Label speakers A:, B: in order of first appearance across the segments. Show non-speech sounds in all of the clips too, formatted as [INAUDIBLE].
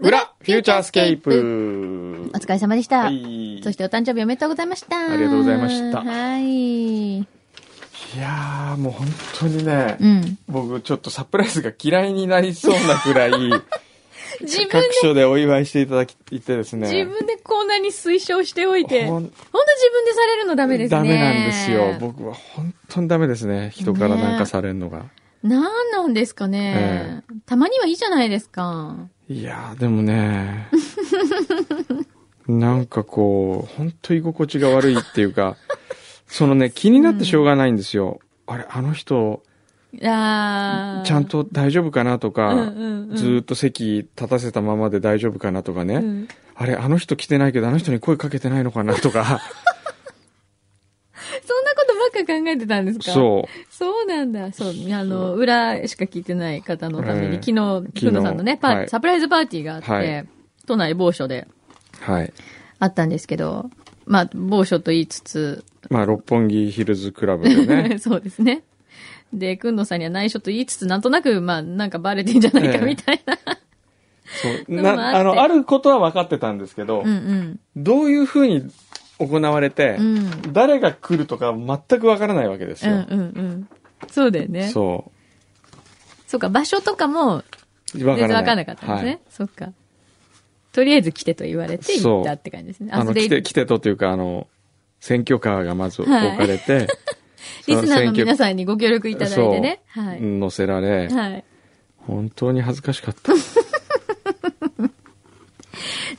A: ューチャースケー
B: お
A: プ。
B: 疲れ様でした。
A: はい
B: そしてお誕生日おめでとうございました。
A: ありがとうございました
B: はい。うん。
A: いやー、もう本当にね、僕ちょっとサプライズが嫌いになりそうなく
B: [LAUGHS]
A: らい、
B: 自分
A: 各
B: で、
A: 所でお祝いしていただき、いてですね。
B: 自分でこんなに推奨しておいて、
A: ほ
B: ほん
A: ん
B: と自分でされるのダメですね。
A: ダメなんですよ。僕は本当にダメですね。人からなんかされるのが。
B: なんなんですかね、たまにはいいじゃないですか。
A: いやー、でも
B: [LAUGHS]
A: ね、なんかこう、本当居心地が悪いっていうか、そのね、気になってしょうがないんですよ。あれ、あの人、
B: あー
A: ちゃん、と大丈夫かなとか、
B: うんうんうん
A: ずーっと席立たせたままで大丈夫かなとかね、
B: うん
A: あれ、あの人来てないけど、あの人に声かけてないのかなとか、
B: そんなことばっか考えてたんですか
A: [LAUGHS] そ
B: そうなんだ。そう、あの、裏しか聞いてない方のために、
A: ええ
B: 昨日、くんのさんのね、パー
A: はい
B: サプライズパーティーがあって、
A: はい
B: 都内某所で
A: う。はい。
B: あったんですけど、まあ、某所と言いつつ、。
A: まあ、六本木ヒルズクラブでね
B: [LAUGHS] そうですね。で、くんのさんには内緒と言いつつ、なんとなく、まあ、なんかバレてんじゃない
A: え
B: か
A: え
B: みたい
A: [LAUGHS]
B: な。
A: そう。
B: [LAUGHS] でもあって
A: な、あの、あることは分かってたんですけど、
B: うん
A: どういうふうに行われて、
B: うん。うん。
A: 誰が来るとか全くわからないわけです
B: うんうん
A: よ。
B: うん。そうだよね。そう
A: そ
B: か、場所とか
A: う。
B: も
A: わ
B: 全
A: から
B: 然
A: ない。
B: わかんなかったんですね。
A: はい
B: そっか。とりあえず来てと言われて
A: そう
B: 行ったって感じですね。
A: あの、
B: で
A: 来て、来てとというか、あの、選挙カーがまず置かれて、
B: [LAUGHS] リスナーの皆
A: さ
B: さんにご協力いただいてね。はい。
A: 乗せられ、
B: はい。
A: 本当に恥ずかしかった。
B: [LAUGHS]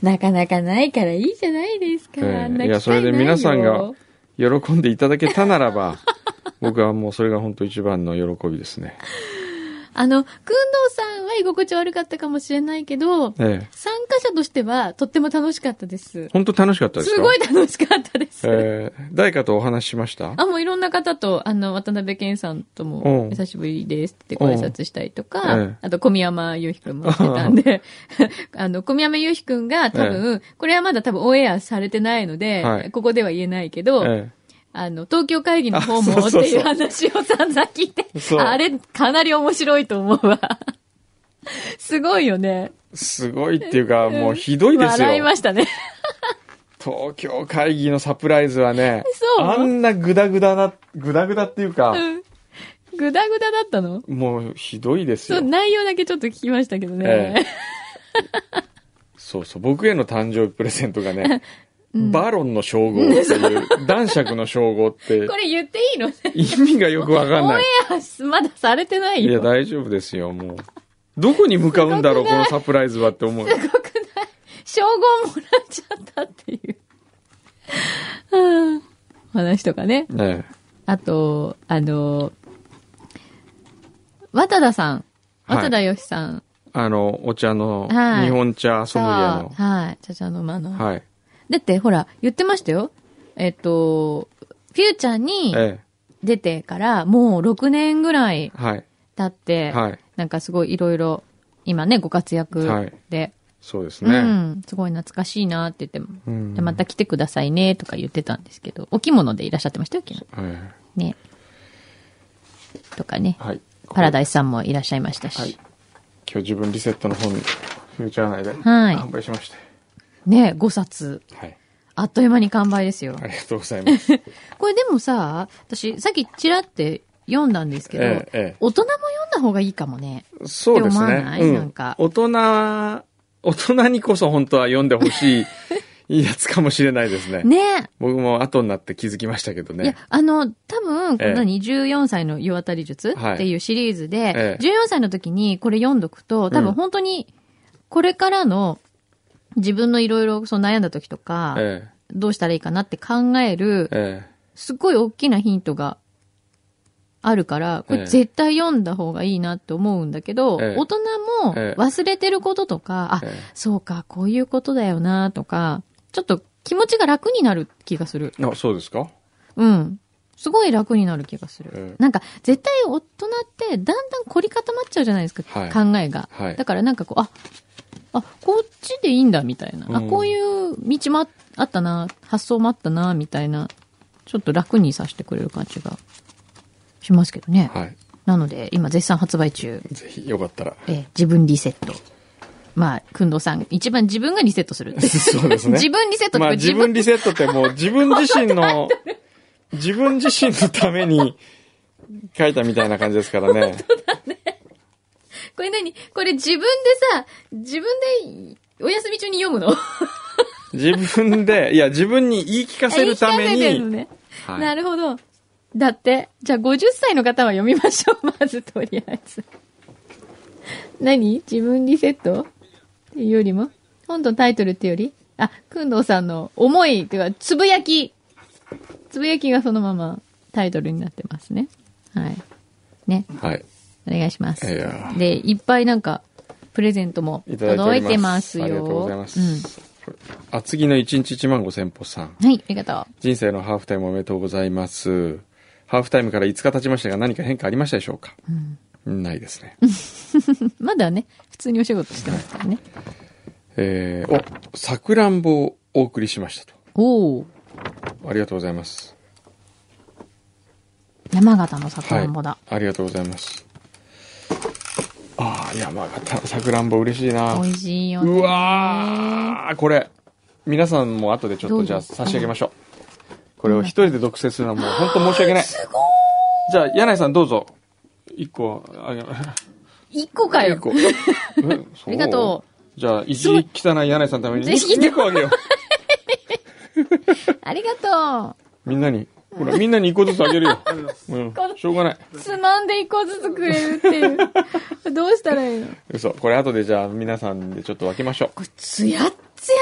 B: なかなかないからいいじゃないですか。
A: ええ
B: あんない
A: や
B: 機会
A: それで
B: な
A: 皆さんが
B: よ
A: 喜んでいただけたならば、僕はもうそれが本当一番の喜びですね。
B: あの、くんどうさんは居心地悪かったかもしれないけど、
A: ええ。
B: 参加者としてはとっても楽しかったです。
A: 本当楽しかったですか
B: すごい楽しかったです。
A: ええ誰かとお話ししました
B: あ、もういろんな方と、あの、渡辺健さんと
A: う
B: も
A: ん、
B: 久しぶりですってご挨拶したりとか、
A: うんええ
B: あと、小宮山雄飛くんも来てたんで、 [LAUGHS] あの、小宮山雄飛くんが多分、これはまだ多分オンエアされてないので、
A: はい
B: ここでは言えないけど、
A: え
B: あの、東京会議の方
A: あ
B: も
A: そ
B: っ
A: う
B: て
A: そうそう
B: いう話を散々聞いて、
A: そう
B: あれ、かなり面白いと思うわ。すごいよね。
A: え。すごいっていうか、もうひどいですよ。
B: 笑いましたね。
A: 東京会議のサプライズはね、
B: そう
A: あんなグダグダな、グダグダっていうか、
B: うんぐだぐだだったの
A: もうひどいです
B: そう、
A: よ。
B: 内容だけちょっと聞きましたけどね。
A: えそうそう、僕への誕生日プレゼントが
B: [LAUGHS]
A: ね、バロンの称号っていう、男爵の称号って
B: こ、れ言っていいのね。
A: 意味がよくわかん
B: オン
A: な
B: エ
A: い。
B: アまだされてない
A: い
B: よ。
A: や、大丈夫ですよ、もう。どこに向かうんだろう、
B: すごく
A: こ
B: ない
A: のサプライズはって
B: [LAUGHS]
A: 思う。
B: すごくない称号もらっちゃったっていう。うん話とかね。
A: ええ
B: あと、あの、渡田さん。
A: はい
B: 渡田よしさん。
A: あの、お茶の、
B: はい
A: 日本茶ソムリエ
B: さあはい。ちゃちゃの間の。
A: の。はい。
B: だって、ほら、言ってましたよ。えっと、フューチャーに
A: え
B: 出てから、もう6年ぐらい
A: えはい。
B: 経って、
A: はい。
B: なんかすごいいろいろ、今ね、ご活躍で、
A: そうです
B: う
A: ね。
B: ん、すごい懐かしいなって言って、
A: うん
B: でまた来てくださいねとか言ってたんですけど、お着物でいらっしゃってましたよ、昨日。
A: え
B: ね。とかね
A: え。はい。
B: パラダイスさんもいらっしゃいましたし。
A: はい。今日自分リセットの本、フューチャー内で
B: はい
A: 販売しまして。
B: ね、5冊。
A: はい。
B: あっという間に完売ですよ。
A: ありがとうござい
B: [LAUGHS]
A: ます。
B: これでもさ、私、さっきちらって読んだんですけど、
A: ええええ
B: 大人も読んだ方がいいかもね。
A: そうです
B: って
A: ね
B: 思わない。なんか
A: 大人、大人にこそ本当は読んでほしいいいやつかもしれないですね。
B: ね。
A: 僕も後になって気づきましたけど
B: いや
A: ね。、
B: あの、多分、こ
A: ええ
B: の24歳の世渡り術
A: はい
B: っていうシリーズで、
A: ええ
B: 14歳の時にこれ読んどくと、多
A: う
B: 分
A: ん
B: 本当に、これからの自分のいろいろそう悩んだ時とか、
A: え
B: どうしたらいいかなって考える
A: え、、え
B: すっごい大きなヒントがあるから、こ
A: え
B: れ
A: え
B: 絶対読んだ方がいいなって思うんだけど、
A: ええ
B: 大人も
A: ええ
B: 忘れてることとか、あ、
A: ええ
B: そうか、こういうことだよなとか、ちょっと気持ちが楽になる気がする。
A: えあ、そうですか
B: うん。すごい楽になる気がする。
A: ええ
B: なんか、絶対大人って、だんだん凝り固まっちゃうじゃないですか、
A: はい
B: 考えが、
A: はい
B: だからなんかこう、あ、あ、こっちでいいんだ、みたいな、あ、
A: うん
B: こういう道もああったな、発想もあったな、みたいな、ちょっと楽にさせてくれる感じがしますけどね。
A: はい。
B: なので、今絶賛発売中、 [LAUGHS]
A: ぜひ、よかったら。
B: えー自分リセット。まあ、くんどうさん、一番自分がリセットする。
A: そうですね。
B: [LAUGHS] 自分リセットって
A: まあ
B: 自
A: 自
B: 分
A: 分リセットってもう自分自身の、自分自身のために書いたみたいな感じですからね。
B: これ何これ自分でさ、自分でお休み中に読むの
A: 自分で、いや自分に言い聞かせるため
B: [LAUGHS] 言い聞かせてるの
A: に、
B: ね
A: はい
B: なるほど。だって、じゃあ50歳の方は読みましょう。 [LAUGHS] まずとりあえず。何自分リセットっていうよりも本のタイトルっていうよりあ、くんどうさんの思いっていうか、つぶやき。つぶやきがそのままタイトルになってますね。はい。ね。
A: はい。
B: お願いします。
A: いや
B: で、いっぱいなんか、プレゼントも
A: いただいてお
B: 届
A: り
B: いてますよ。
A: ありがとうございます。
B: うん。
A: 厚木の1日1万5000歩さん。
B: はい、ありがと
A: 人生のハーフタイムおめでとうございます。ハーフタイムから5日経ちましたが何か変化ありましたでしょうか、ないですね。
B: う。まだね、普通にお仕事してますからね。
A: えー、お、さくらんぼをお送りしましたと。
B: おお、
A: ありがとうございます。
B: 山形のさくらんぼだ。
A: ありがとうございます。ああ、山形、さくらんぼ嬉しいな。
B: 美味しいよね。
A: うわー、これ、皆さんも後でちょっ
B: ど
A: と
B: うぞ
A: じゃあ差し上げましょう。これを一人で独占するのはもう本当申し訳ない。すごじゃあ、柳井さんどうぞ。一個、あ、いや
B: 一個か
A: 一
B: よ。 [LAUGHS]
A: 個。え
B: ありがと
A: う。じゃあ、一汚い柳井さんのために
B: ぜひ
A: 2個あげよ
B: ありがと
A: う。みんなに、ほら、みんなに一個ずつあげるよ。うん、しょうがない。
B: う。つまんで一個ずつくれるって
A: [LAUGHS]
B: いう。どうしたらいいの
A: 嘘。これ後でじゃあ皆さんでちょっと分けましょ
B: これ、ツヤッツ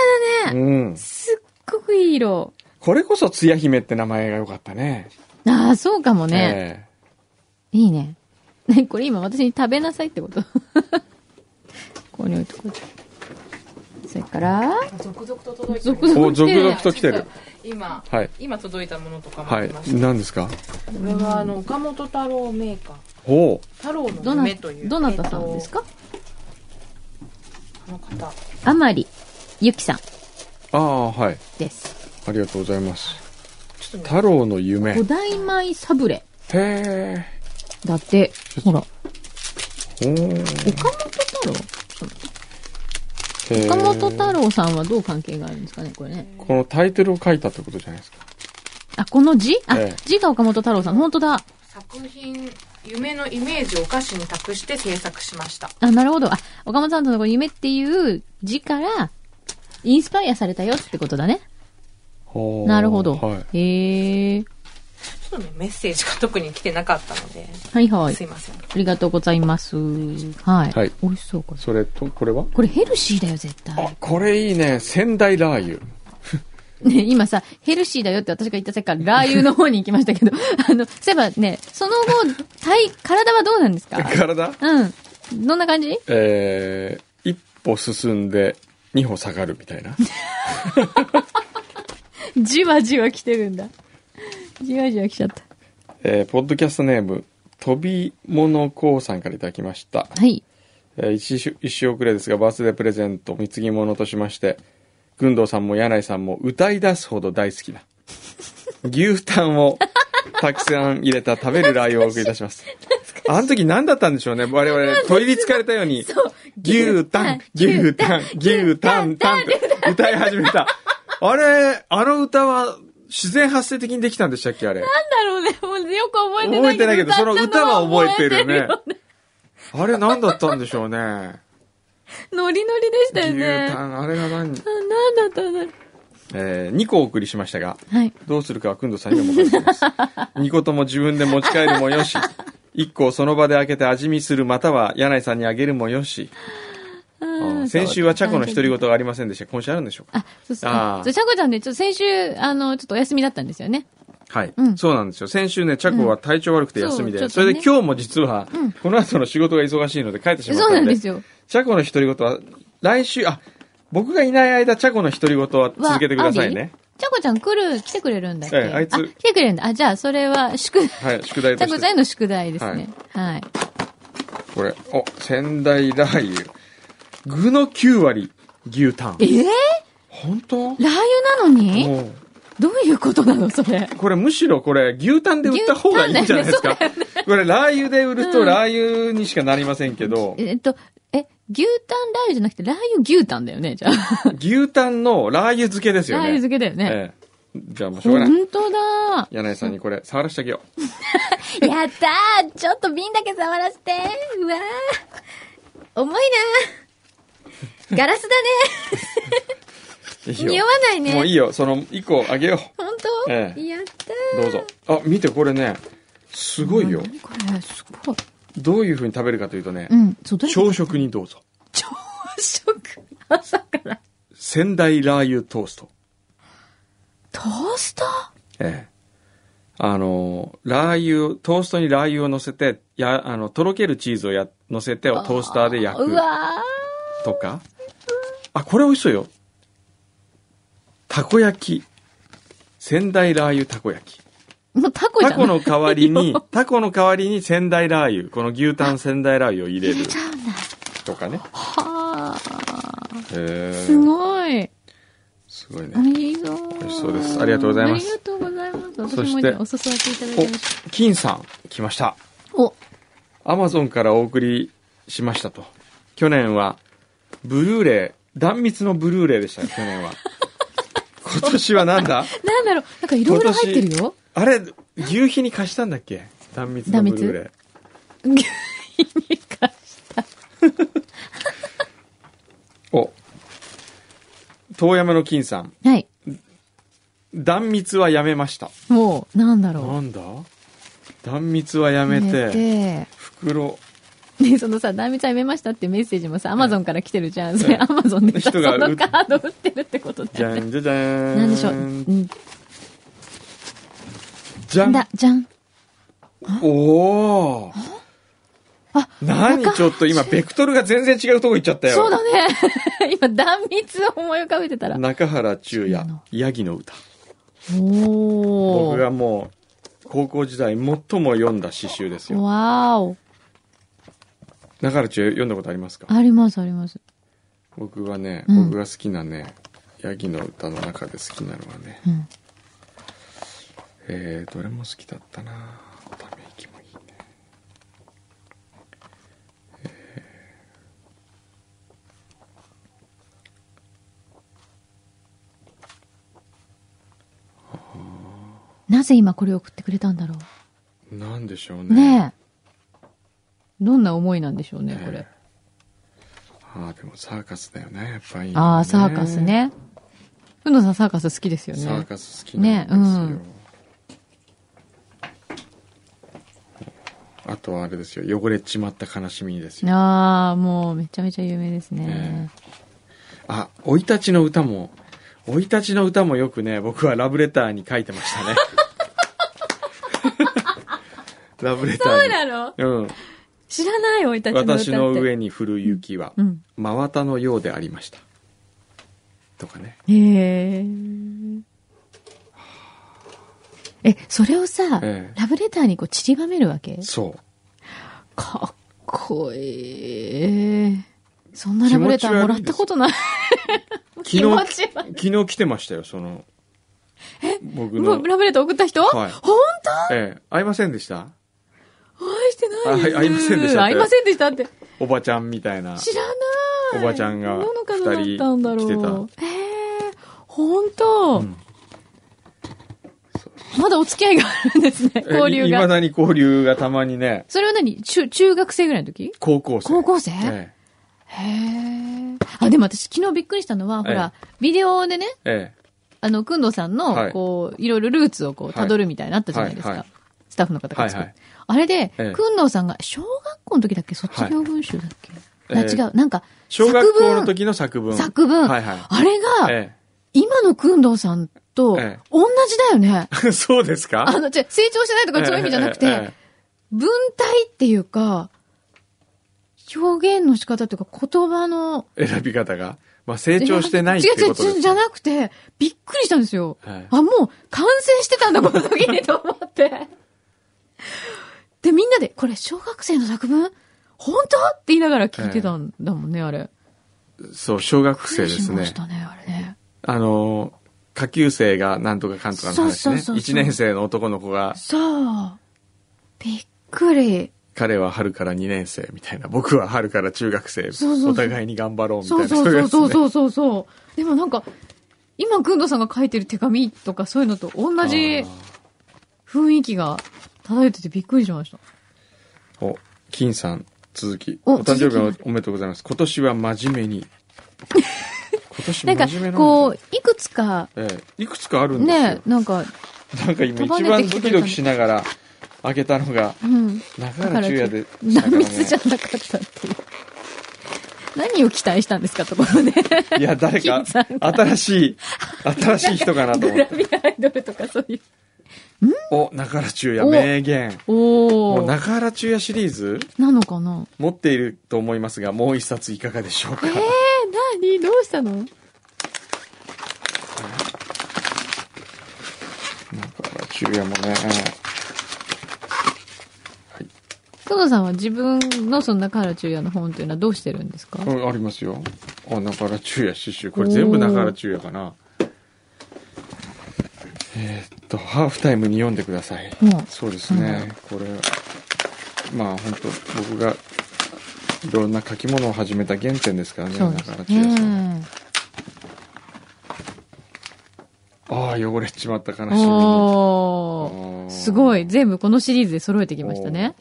B: ヤだ
A: う。
B: ね。
A: うん。
B: すっごくいい色。
A: これこそ、つや姫って名前が良かったね。
B: ああ、そうかもね。
A: え
B: いいね。ね、これ今私に食べなさいってこと [LAUGHS] ここに置いとこう。それから、
C: 続々と届いて
B: 続
C: る。
A: お
B: 々
A: 続々
B: 来て
A: と来てる。
C: 今、
A: はい
C: 今届いたものとかもあ
A: は
C: り
A: い
C: ま。す。
A: 何ですか
C: これはあの岡本太郎メーカー
A: ほ
C: 太郎
B: ど
C: の
B: な
C: 夢とい、う
B: どなたさんです、か
C: えっと、この方
B: あまりゆきさん
A: う。ああ、はい。
B: です。
A: ありがとうございます。
C: ちょっとね
A: 太郎の夢。へ
B: 古代米サブレ。
A: え。
B: だって、ほら、岡
A: おー
B: 本太郎
A: へー
B: 岡本太郎さんはどう関係があるんですかね、これね。
A: このタイトルを書いたってことじゃないですか。
B: あ、この字あ
A: ええ、
B: 字が岡本太郎さん。本当だ。
C: 作品夢のイメージを歌詞に託して制作しました
B: あ、なるほど。あ、岡本さんとのこの夢っていう字から、インスパイアされたよってことだね。
A: ほー
B: なるほど。
A: はい。
B: へえ。
C: ちょっとねメッセージが特に来てなかったので、
B: はいはい
C: す。いません
B: ありがとうございます。はい。
A: はい
B: 美味しそう、これ。
A: それと、これは
B: これヘルシーだよ、絶対 [LAUGHS]
A: あ。、これいいね。仙台ラー油。
B: ね、今さ、ヘルシーだよって私が言ったせいか、ラー油の方に行きましたけど、 [LAUGHS] あの、そういえばね、その後、体、体はどうなんです
A: [LAUGHS]
B: か
A: 体
B: うん。どんな感じ
A: えー、一歩進んで、二歩下がるみたいな。
B: じわじわ来てるんだ。じわじわ来ちゃった。
A: えー、ポッドキャストネーム、飛び物こうさんからいただきました。
B: はい。
A: えー一週一週遅れですがバースデープレゼント貢ぎ物としまして軍藤さんも柳井さんも歌い出すほど大好きな牛タンをたくさん入れた食べるラー油をお送りいたしますあの時何だったんでしょうね我々取りつかれたように
B: そう。
A: 牛タン牛タン牛タンタンって歌い始めたあれあの歌は自然発生的にできたんでしたっけあれ
B: なんだろうね。もうよく覚えて
A: 覚
B: な
A: えて
B: いけど。
A: ないけどその歌は覚えてるね
B: 歌ったのは覚えてるよ
A: あれ何だったんでしょうね
B: ノリノリでしたよ
A: 牛
B: ね。
A: タンあれが何
B: あなんだったんだろ
A: え2個お送りしましたが、
B: う。はい。
A: どうするかはくんどさんにも任せ
B: [LAUGHS]
A: ます。2個とも自分で持ち帰るもよし、1個をその場で開けて味見するまたは柳井さんにあげるもよし、
B: あ
A: あ
B: ー
A: 先週はチャコの独り言。がありませんでした。今週あるんでしょうか
B: あ、そうそう。
A: あー
B: そう、ちゃこちゃんね、ちょっと先週、あの、ちょっとお休みだったんですよね。
A: はい、
B: うん
A: そうなんですよ。先週ね、チャコは体調悪くて休みで、
B: うん
A: そ
B: そうちょ
A: れ
B: っと
A: で
B: ね
A: 今日も実は
B: うん、
A: この後の仕事が忙しいので帰ってしまっ
B: そう
A: た
B: なんん
A: で、
B: で
A: チ
B: すよ。
A: ャコの独り言は、来週、あ、僕がいない間、チャコの独り言は続けてくださいね。
B: ちゃこちゃん来る、来てくれるんだっけ、
A: ええあいつ
B: 来てくれるんだ。あ、じゃあ、それは宿題。
A: はい、宿題
B: ち
A: と
B: ゃ
A: し
B: こちゃん
A: て。
B: への宿題ですね。はい。
A: これ、お、仙台ラー油。具の9割、牛タン
B: え。ー、
A: 本当
B: ラー油なのに
A: もう
B: どういうことなのそれ。
A: これむしろこれ牛タンで売った方がいいんじゃないですか、これラー油で売るとラー油にしかなりませんけど、
B: えっと、え、牛タンラー油じゃなくて、ラー油牛タンだよね、じゃあ。
A: 牛タンのラー油漬けです
B: ラー
A: よね。
B: 油漬けだよね。
A: ええ。じゃあもうしょうがない。
B: 本当だ
A: 柳井さんにこれ触らしてあげよう。
B: やったーちょっと瓶だけ触らせてうわー重いなガラスだね
A: いいよ
B: 匂わないね
A: もういいよ。その1個あげよ
B: 本当、
A: ええ
B: やっ
A: う。
B: たー
A: どうぞ。あ、見てこれね、すごいよ。
B: 何これすごい。
A: どういう風に食べるかというとね
B: う、ん、そう、どれ
A: 朝食にどうぞ。
B: 朝食朝から。
A: 仙台ラー油トースト。
B: トースト
A: ええ。あの、ラー油を、トーストにラー油を乗せて、や、あの、とろけるチーズをや、乗せてをトースターで焼
B: う
A: く
B: わ
A: とか。あ、これ美味しそうよ。たこ焼き。仙台ラー油たこ焼き。
B: ーもうタコじゃ
A: タ
B: ない
A: コの代わりに、タコの代わりに仙台ラー油、この牛タン仙台ラー油を入れる
B: ちゃうんだ。
A: とかね。
B: はあ。
A: へえ。
B: すごい。
A: すごい
B: あ
A: ね。
B: りがとう。
A: 美味しそうですありがとうございます
B: ありがとうございます。
A: そ
B: 私
A: し
B: も
A: て
B: じゃあお誘いしていただいてよろしい
A: お、金さん、来ました。
B: お、
A: アマゾンからお送りしましたと。去年は、ブルーレイ、断密のブルーレイでした、去
B: [LAUGHS]
A: 年は。今年はなんだ
B: なんだろう、なんかいろいろ入ってるよ。
A: あれ、牛皮に貸したんだっけ断密のブルーレイ。
B: 牛に関した。
A: お、遠山の金さん、
B: はい。
A: 断密はやめました。
B: もう、なんだろ
A: なんだ断密はや
B: う。
A: めて、
B: て。
A: 袋、
B: で、そのさ、ダーミちゃんやめましたってメッセージもさ、アマゾンから来てるじゃん。それ、
A: ええ
B: アマゾンでさ、そ
A: 人が
B: の
A: う
B: カード売ってるってことだ
A: じゃ
B: よね。
A: んじゃじゃーん。
B: なんでしょう。うん。
A: じゃん。
B: だ、じゃん。
A: おー。
B: あ、
A: 何ちょっと今、ベクトルが全然違うとこ行っちゃったよ。
B: そうだね。 [LAUGHS] 今、断密を思い浮かべてたら。
A: 中原中
B: そうな
A: 也
B: の、
A: ヤギの歌。
B: お
A: 僕が
B: ー。
A: もう、高校時代最も読んだ詩集ですよ。
B: わーお。
A: 中原中也読んだことありますか
B: あります、あります。
A: 僕はね、
B: うん
A: 僕が好きなね、ヤギの歌の中で好きなのはね、
B: うん。
A: えー、どれも好きだったなため息もいいね。
B: なぜ今これを送ってくれたんだろ
A: なんでしょう
B: う。
A: ね。
B: ねえ。どんな思いなんでしょうね、こ
A: え
B: れ
A: え。ああ、でもサーカスだよね、やっぱり、
B: ああ、サーカス。ね。ふのさんサーカス好きですよね。
A: サーカス好きなんですよ。
B: ね
A: あとはあれですよ、汚れちまった悲しみにですよ。
B: ああ、もうめちゃめちゃ有名ですね。
A: あ、生い立ちの歌も、生い立ちの歌もよくね、僕はラブレターに書いてました
B: [LAUGHS]
A: ね。ラブレターに。
B: そうなの
A: うん。
B: 知らない生い立ちの歌って。
A: 私の上に降る雪は、
B: うん。
A: 真綿のようでありました。とかね。
B: へえ。え、それをさ、
A: ええ
B: ラブレターにこう散りばめるわけ
A: そう。
B: かっこいい。そんなラブレターもらったことない。
A: 気
B: [LAUGHS] 気
A: 持
B: 持
A: ち
B: ち
A: 昨日
B: 悪
A: 来てましたよ、その、僕
B: も
A: の
B: う。ラブレター送った人、
A: はい
B: 本
A: ええ、会いませんでした
B: 当愛してないです。
A: あ会いませんでしたって
B: 会いませんでしたって。
A: おばちゃんみたいな。
B: 知らない。
A: おばちゃんが
B: どの方だったんだ
A: 二
B: ろ
A: 人
B: う。ええ本当、
A: うん
B: まだお付き合いがあるんですね、交流
A: いま
B: が。
A: だに交流がたまにね、
B: それは何中、中学生ぐらいの時
A: 高校生。
B: 高校生、
A: え
B: へえ。あ、でも私昨日びっくりしたのは、ほら、ビデオでね、
A: え。ええ。
B: あの、くんどさん
A: はい
B: の、こう、いろいろルーツをこう、
A: はい
B: 辿るみたいなのあったじゃないです
A: はいは
B: か
A: い。
B: スタッフの方が作
A: はいはい
B: って。あれで、
A: ええ
B: くんどさんが、小学校の時だっけ卒業文集だっけあ
A: ええ
B: 違う、なんか、
A: 小学校の
B: 作
A: 時の作文。
B: 文。作文。
A: はいは
B: あれ
A: い。
B: が、
A: え
B: 今のくんどさんと、
A: え
B: 同
A: え
B: じだよね。
A: え。 [LAUGHS] そうですか
B: あの、じゃ成長してないとかそういう意味じゃなく
A: えええ
B: て、文体っていうか、表現の仕方っていうか、言葉の、
A: えええ選び方が。まあ、成長してないって
B: 違う違
A: こ
B: う
A: とです
B: 違う、じゃなくて、びっくりしたんですよ。
A: はい
B: あ、もう完成してたんだ、この時にと思って。で、みんなで、これ小学生の作文本当って言いながら聞いてたんだもんね、あれ。
A: そう、小学
B: びっく
A: 生
B: り
A: で
B: し
A: す
B: ま
A: ね
B: し。たね、あれね。
A: あの、下級生がなんとかかんとかの
B: そう
A: 話
B: そう
A: ね
B: そうそ。う
A: 一年生の男の子が、
B: そう。びっくり。
A: 彼は春から2年生みたいな、僕は春から中学生、
B: そうそう
A: お互いに頑張ろうみたい
B: そう
A: な。
B: そうそうそう
A: う
B: そうそうそう。でもなんか、今、くんどさんが書いてる手紙とかそういうのと同
A: やつね
B: じ雰囲気が漂っててびっくりしました。
A: あーお、金さん、続き。
B: お
A: お誕生日
B: 続き
A: おおめでとうございます。今年は真面目
B: [LAUGHS]
A: に。今年
B: なんか
A: 真面目、なんだ
B: こう、いくつか、
A: ええ、いくつかあるんですよ
B: ね、。なんか、
A: なんか今
B: 束
A: 一
B: ねて
A: 番
B: きて
A: ド
B: くれた
A: キドキしながら開けたのが、
B: うん。
A: 中
B: だか
A: 原
B: ら
A: 中也でしたか
B: 断
A: らね
B: 密じゃなかったっていう。何を期待したんですか、ところで。
A: いや、誰か
B: 金さん、
A: 新しい、新しい人かなと
B: グ
A: 思っ
B: ラ
A: て。
B: ビアアイドルとかそういう。
A: お、中原中也、
B: お
A: 名言。も
B: お
A: う
B: ー。
A: 中原中也シリーズ
B: なのかな
A: 持っていると思いますが、もう一冊いかがでしょうか。
B: え、何どうしたの
A: 中原中也もね、
B: 久野さんは自分のその中原中也の本というのはどうしてるんですか、
A: うんありますよ。あ、中原中也詩集。これ全部中原中也かな。えーっと、ハーフタイムに読んでください。
B: うん
A: そうですね。これ、まあ本当僕がいろんな書き物を始めた原点ですからね、
B: そうで
A: 中原
B: す
A: 中也さん。
B: ね。
A: ああ、汚れちまった悲しみに。お
B: おー。すごい。全部このシリーズで揃えてきましたね。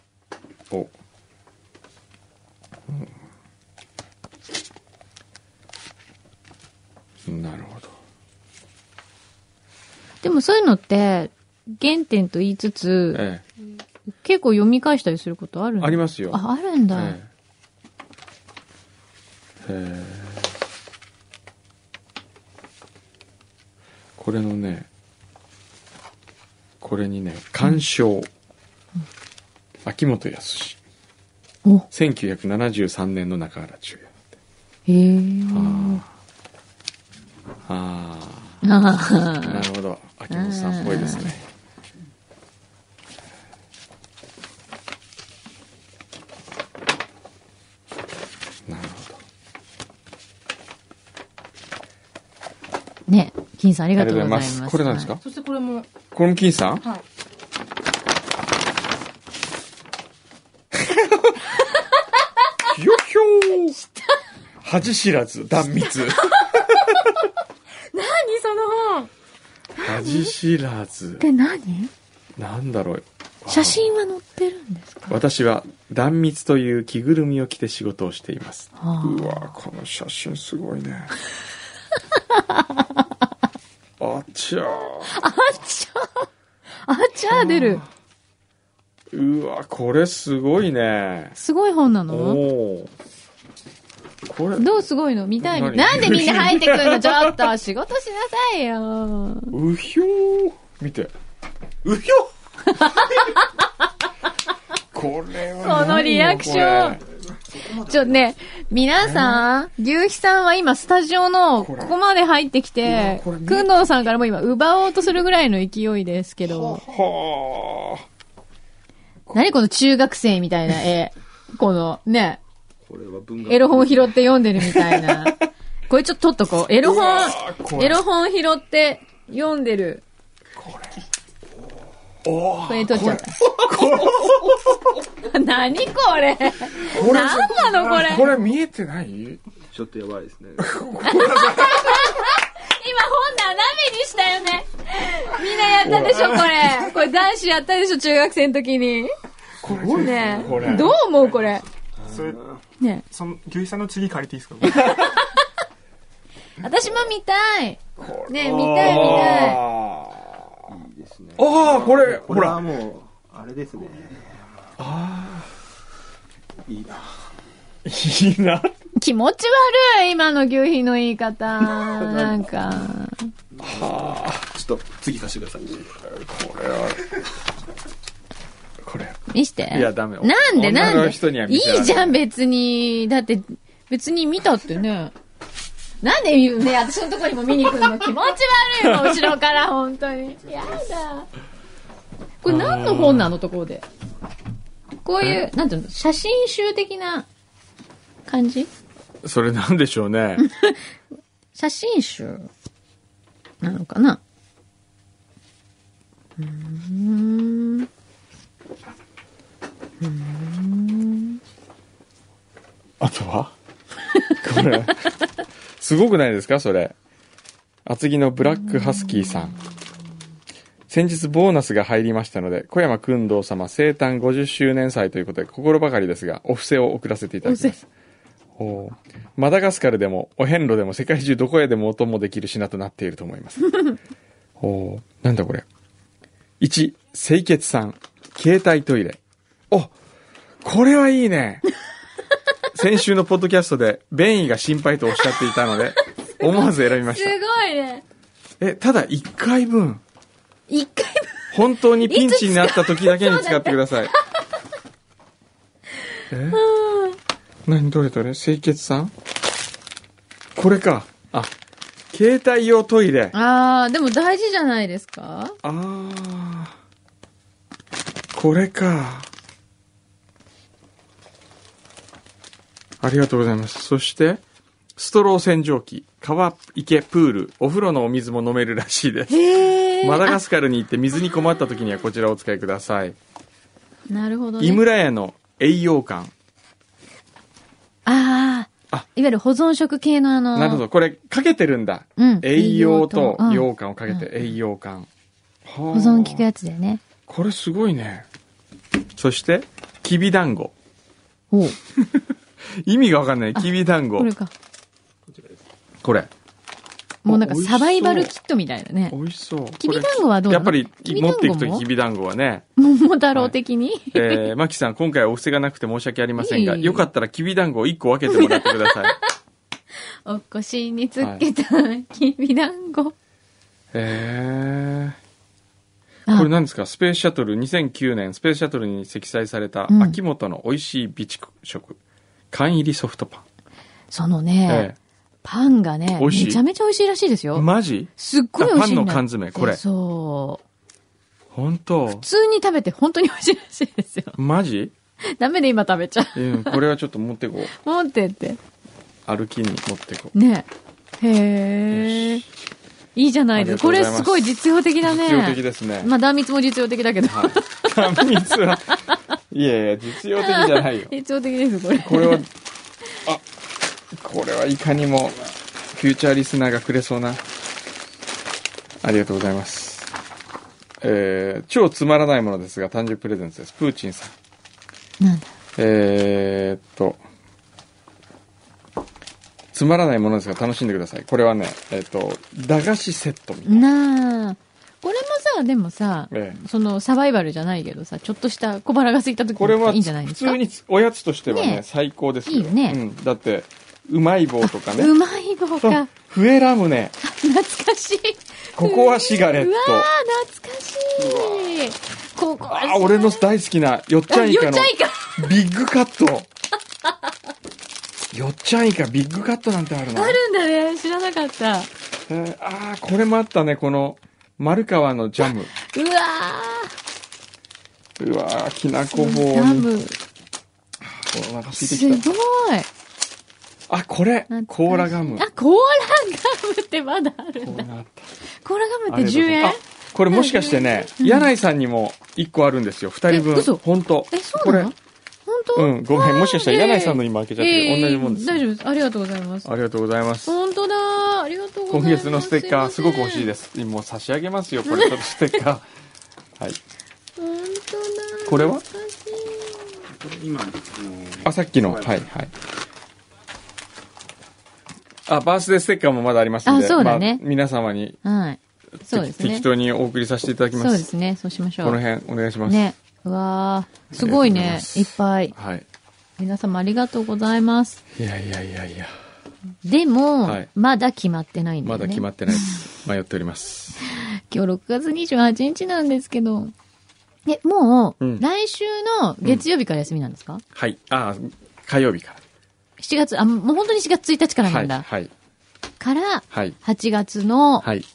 A: おうんなるほど。
B: でもそういうのって、原点と言いつつ、
A: ええ。
B: 結構読み返したりすることあるん
A: ありますよ。
B: あ、あるんだ。
A: ええええこれのねこれにね「鑑賞」秋元康
B: お、
A: 1973年の中原中也
B: へー。
A: あ
B: あ
A: あなるほど秋元さんっぽいですねなるほど
B: ーね、金さんありがとうございま
A: ありがとうございま
B: す。
A: すこれなんですか
B: はい
C: そしてこれも、
A: これも金さん
C: はい。
A: ひょひょー恥知らず、断密。
C: 何その本
A: 恥知らず。
B: で、何
A: なんだろう。
B: 写真は載ってるんですか
A: 私は断密という着ぐるみを着て仕事をしています。
B: あー
A: うわこの写真すごいね。あっちゃ
B: あっちゃーあっちゃー出る。
A: ー。うわこれすごいね。
B: すごい本な
A: お
B: の
A: おー。これ、
B: どうすごいの見たいの
A: 何
B: なんでみんな入ってくる
A: [LAUGHS]
B: のちょっと仕事しなさいよ。
A: うひょー。見て。うひょーこれは何よ
B: このリアクション
A: これ
B: ちょ、ね、皆さん、牛肥さんは今、スタジオの、
A: こ
B: こ
A: れ
B: こまで入ってきて、
A: うわこ
B: く
A: れ見
B: んどうさんからも今、奪おうとするぐらいの勢いですけど、
A: はあ。
B: 何この中学生みたいな絵。
A: [LAUGHS]
B: この、ね、
D: これは文学
B: エロ本拾って読んでるみたい
A: [LAUGHS]
B: な。これちょっと取っとこう。エロ
A: う
B: 本
A: わこ、れ
B: エロ本拾って読んでる。
A: おー
B: これ取っちゃった。 [LAUGHS] 何これ
A: これ
B: 何なのこれ
A: これ見えてない
D: ちょっとやばいですね。
B: 今本斜めにしたよね。みんなやったでしょ、これ。これ男子やったでしょ、中学生の時に。
A: これ
B: ね
A: これ
B: どう思うこれ。
E: それ、
B: ね
E: その、牛肥さんの次借りていいですか
B: [LAUGHS] 私も見たい。
A: これ
B: ね見たい見たい。
A: あ
D: いいですね。
A: あーこれ
D: こ
A: ほ
D: れは
A: ら
D: もう、あれですね。ああ。いいな。
A: いいな
B: 気持ち悪い、今の牛皮の言い
E: [LAUGHS]
B: 方。なんか。
D: ちょっと、次させてください。
A: これ
B: 見して。
A: いやダメ
B: なんでな
A: 女
B: んで
A: の人にはい見せられない
B: いじゃん、別に。だって、別に見たってね。なんで言うね、私のとこにも見に来るの気持
A: [LAUGHS]
B: ち悪いもん、後ろから、本当に。やだ。これ何の本なのところで。こういう、なんていうの、写真集的な感じ
A: それなんでしょうね
B: 写真集なのかなうーん。うー
A: これ。すごくないですかそれ。厚木のブラックハスキーさん。先日ボーナスが入りましたので、小山君堂様生誕50周年祭ということで、心ばかりですが、お布施を送らせていただきます。おーマダガスカルでも、お遍路でも、世界中どこへでもお供できる品となっていると思います。おーなんだこれ。1、清潔さん、携帯トイレ。おこれはいいね先週のポッドキャストで、便意が心配とおっしゃっていたので、思わず選びまし
B: す
A: た。
B: ごいね。
A: え、ただ1回分。
B: 一回も
A: 本当にピンチになった時だけに使ってくだ [LAUGHS] さい。え何どれどれ清潔さんこれか。あ、携帯用トイレ。あ
B: あー、でも大事じゃないですか
A: あー。これか。ありがとうございます。そして、ストロー洗浄機、川、池、プール、お風呂のお水も飲めるらしいです。
B: へ
A: [LAUGHS]
B: え。
A: マダガスカルに行って水に困った時にはこちらをお使いください。
B: なるほどね。
A: 井村屋の栄養館。
B: ああ。
A: あ
B: いわゆる保存食系のあの。
A: なるほど。これ、かけてるんだ。
B: うん
A: 栄養と
B: 栄
A: 羊
B: 養
A: 羹をかけて栄養館。保
B: 保存効くやつだよね。
A: これすごいね。そして、きびだんご。
B: おう
A: 意味がわかんない。きびだんご。
B: こ
A: こ
B: れ
A: れ。
B: か。
A: お
B: もうなんか
A: 美味しそ
B: サ
A: う
B: バイバルキットみたいなね
A: 美。味しそう。
B: きびだんごはどう
A: や
B: な
A: っぱ
B: の
A: り
B: きび
A: 持っ
B: だんご
A: ていくと
B: も
A: きびだんごは
B: [LAUGHS]
A: ね。
B: 桃太郎的に。
A: えー、マキさん、今回はお布施がなくて申し訳ありませんが、
B: いい
A: よかったらきびだんごを1個分けてもらってくだ
B: [LAUGHS]
A: さい。
B: お腰につけたきびだんご。
A: えー。
B: あ
A: これ何ですかスペースシャトル2009年スペースシャトルに積載された
B: うん
A: 秋元の美味しい備蓄食缶入りソフトパン、
B: そのね、パンがね、
A: 美味しい
B: めちゃめちゃ美味しいらしいです
A: え
B: よ。
A: マジ
B: すっごい美味しいんだっ
A: パン
B: て
A: の缶詰これ
B: そう。
A: 本当
B: 普通に食べて本当に美味しいらしいですよ。
A: マジ、
B: ダメで今食べちゃ
A: うん、これはちょっと持って
B: [LAUGHS]
A: こう
B: う。持ってって。
A: 歩きに持ってこう
B: ね。へえ。いいじゃないですか。
A: あ
B: こ
A: りがと
B: れ
A: うございます
B: すごい実用的だね。
A: 実用的ですね、
B: まあ、断蜜も実用的だけど。
A: はい3密 [LAUGHS] はいやいや実用的じゃないよ
B: 実用的です、これ。
A: これはあこれはいかにもフューチャーリスナーがくれそうなありがとうございますえー、超つまらないものですが誕生日プレゼントですプーチンさん
B: なんだ。
A: えー、っと、つまらないものですが楽しんでください。これはね、えーっと、駄菓子セットみたいな。
B: なあ。これもさ、でもさ、
A: え
B: そのサバイバルじゃないけどさ、ちょっとした小腹が空いた時
A: これはい
B: いんじゃないで
A: 普
B: すか。
A: 通におやつとしてはね、
B: ね
A: 最高ですよ。
B: いいよね
A: うん、だって、うまい棒とかね。
B: うまい棒
A: そう
B: か。
A: フエラムネ、
B: 懐かしい。
A: ココアシガレット
B: うわあ、懐かしい。ココアシガ
A: あ、
B: レット。
A: 俺の大好きな、よっちゃんイカ
B: よっ
A: の
B: ちゃんイカ。
A: ビッグカット。 [LAUGHS] よっちゃんイカビッグカットなんてあるな。
B: あるんだね。知らなかった。うわ
A: えーあーこれもあったね、この、丸川のジャム。うわー、きなこ棒
B: ー
A: に。
B: ラ
A: お
B: ム。
A: 腹空いて
B: す
A: き
B: ご
A: た
B: い。。
A: あ、これコーラガム。
B: あ、コーラガムってまだある
A: こ
B: ん
A: うな
B: だ
A: っ。
B: コーラガ
A: た
B: ムって10円
A: あこれもしかしてね、柳井さんにも1個あるんですよ、2人分。
B: え嘘
A: 本当
B: え、そうなの
A: こ
B: 本当
A: れ、うん、ごめん、もしかしたら柳井さんのに負けちゃってる、
B: えー
A: 同じもんです。
B: 大丈夫です。ありがとうございます。
A: ありがとうございます。
B: 本当だ。ありがとうござ
A: 今
B: います。
A: 月のステッカー、すごく欲しいですす。もう差し上げますよ、
B: [LAUGHS]
A: これ、ちょっとステッカー。はい。
B: いません。本当だ。
A: これは
B: 懐かしい
D: これ今、あの
A: あ、さっきの、はい、はい。あ、バースデーステッカーもまだありますので、
B: あそうだね
A: まあ皆様に、
B: はい。そうですね
A: 適。当にお送りさせていただき
B: そ
A: ま。
B: うですすね。そうしましょう。
A: この辺、お願いします。
B: ね。うわーすごい
A: ありが
B: ね
A: とうございます
B: いっぱい。
A: はい。
B: 皆様ありがとうございます。
A: いやいやいやいや。
B: でも、
A: はい
B: まだ決まってないんだよ
A: ま
B: ね。
A: だ決まってないです。迷っております。
B: 今日6月28日なんですけど、え、もう、
A: うん
B: 来週の月曜日から休みなんですか、
A: はい。あ火曜日か
B: ?7 月、あ、もう本当に4月1日から
A: ら。
B: な
A: は
B: ん
A: い。はい。
B: だ。から、
A: はい。
B: 8月の、
A: はい。